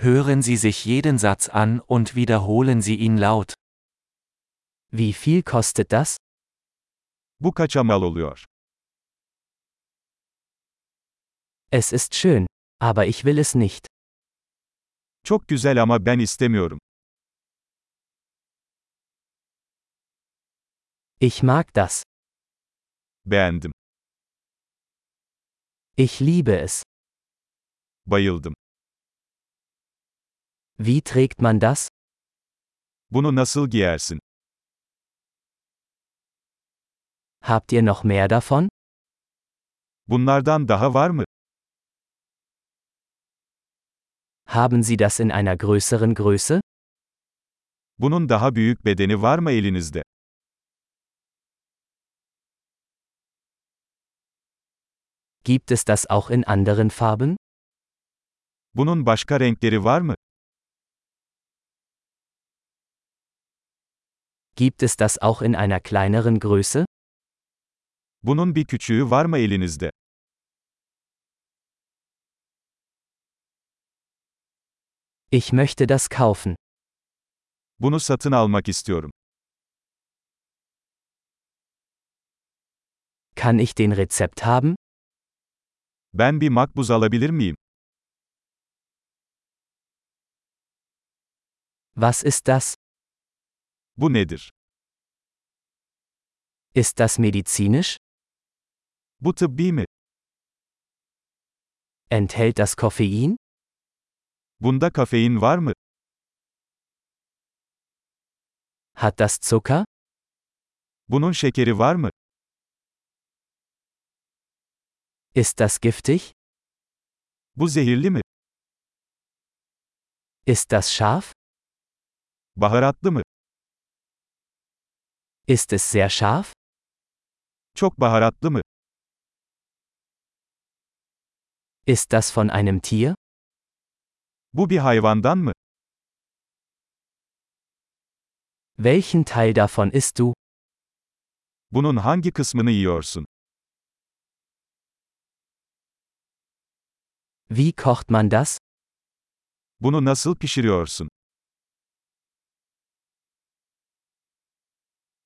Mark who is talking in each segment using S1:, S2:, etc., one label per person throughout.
S1: Hören Sie sich jeden Satz an und wiederholen Sie ihn laut. Wie viel kostet das?
S2: Bu kaça mal oluyor?
S1: Es ist schön, aber ich will es nicht.
S2: Çok güzel ama ben istemiyorum.
S1: Ich mag das.
S2: Beğendim.
S1: Ich liebe es.
S2: Bayıldım.
S1: Wie trägt man das?
S2: Bunu nasıl giyersin?
S1: Habt ihr noch mehr davon?
S2: Bunlardan daha var mı?
S1: Haben Sie das in einer größeren Größe?
S2: Bunun daha büyük bedeni var mı elinizde?
S1: Gibt es das auch in anderen Farben?
S2: Bunun başka renkleri var mı?
S1: Gibt es das auch in einer kleineren Größe?
S2: Bunun bir küçüğü var mı elinizde?
S1: Ich möchte das kaufen.
S2: Bunu satın almak istiyorum.
S1: Kann ich den Rezept haben?
S2: Ben bir makbuz alabilir miyim?
S1: Was ist das?
S2: Bu nedir?
S1: Ist das medizinisch?
S2: Bu tıbbi mi?
S1: Enthält das Koffein?
S2: Bunda kafein var mı?
S1: Hat das Zucker?
S2: Bunun şekeri var mı?
S1: Ist das giftig?
S2: Bu zehirli mi?
S1: Ist das scharf?
S2: Baharatlı mı?
S1: Ist es sehr scharf?
S2: Çok baharatlı mı?
S1: Ist das von einem Tier?
S2: Bu bir hayvandan mı?
S1: Welchen Teil davon isst du?
S2: Bunun hangi kısmını yiyorsun?
S1: Wie kocht man das?
S2: Bunu nasıl pişiriyorsun?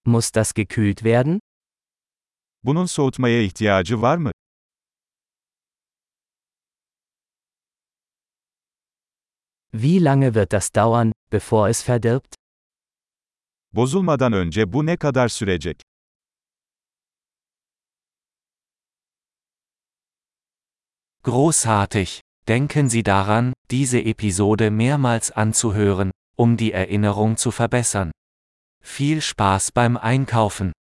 S1: Muss das gekühlt werden?
S2: Bunun soğutmaya ihtiyacı var mı?
S1: Wie lange wird das dauern, bevor es verdirbt?
S2: Bozulmadan önce bu ne kadar sürecek?
S3: Großartig! Denken Sie daran, diese Episode mehrmals anzuhören, um die Erinnerung zu verbessern. Viel Spaß beim Einkaufen!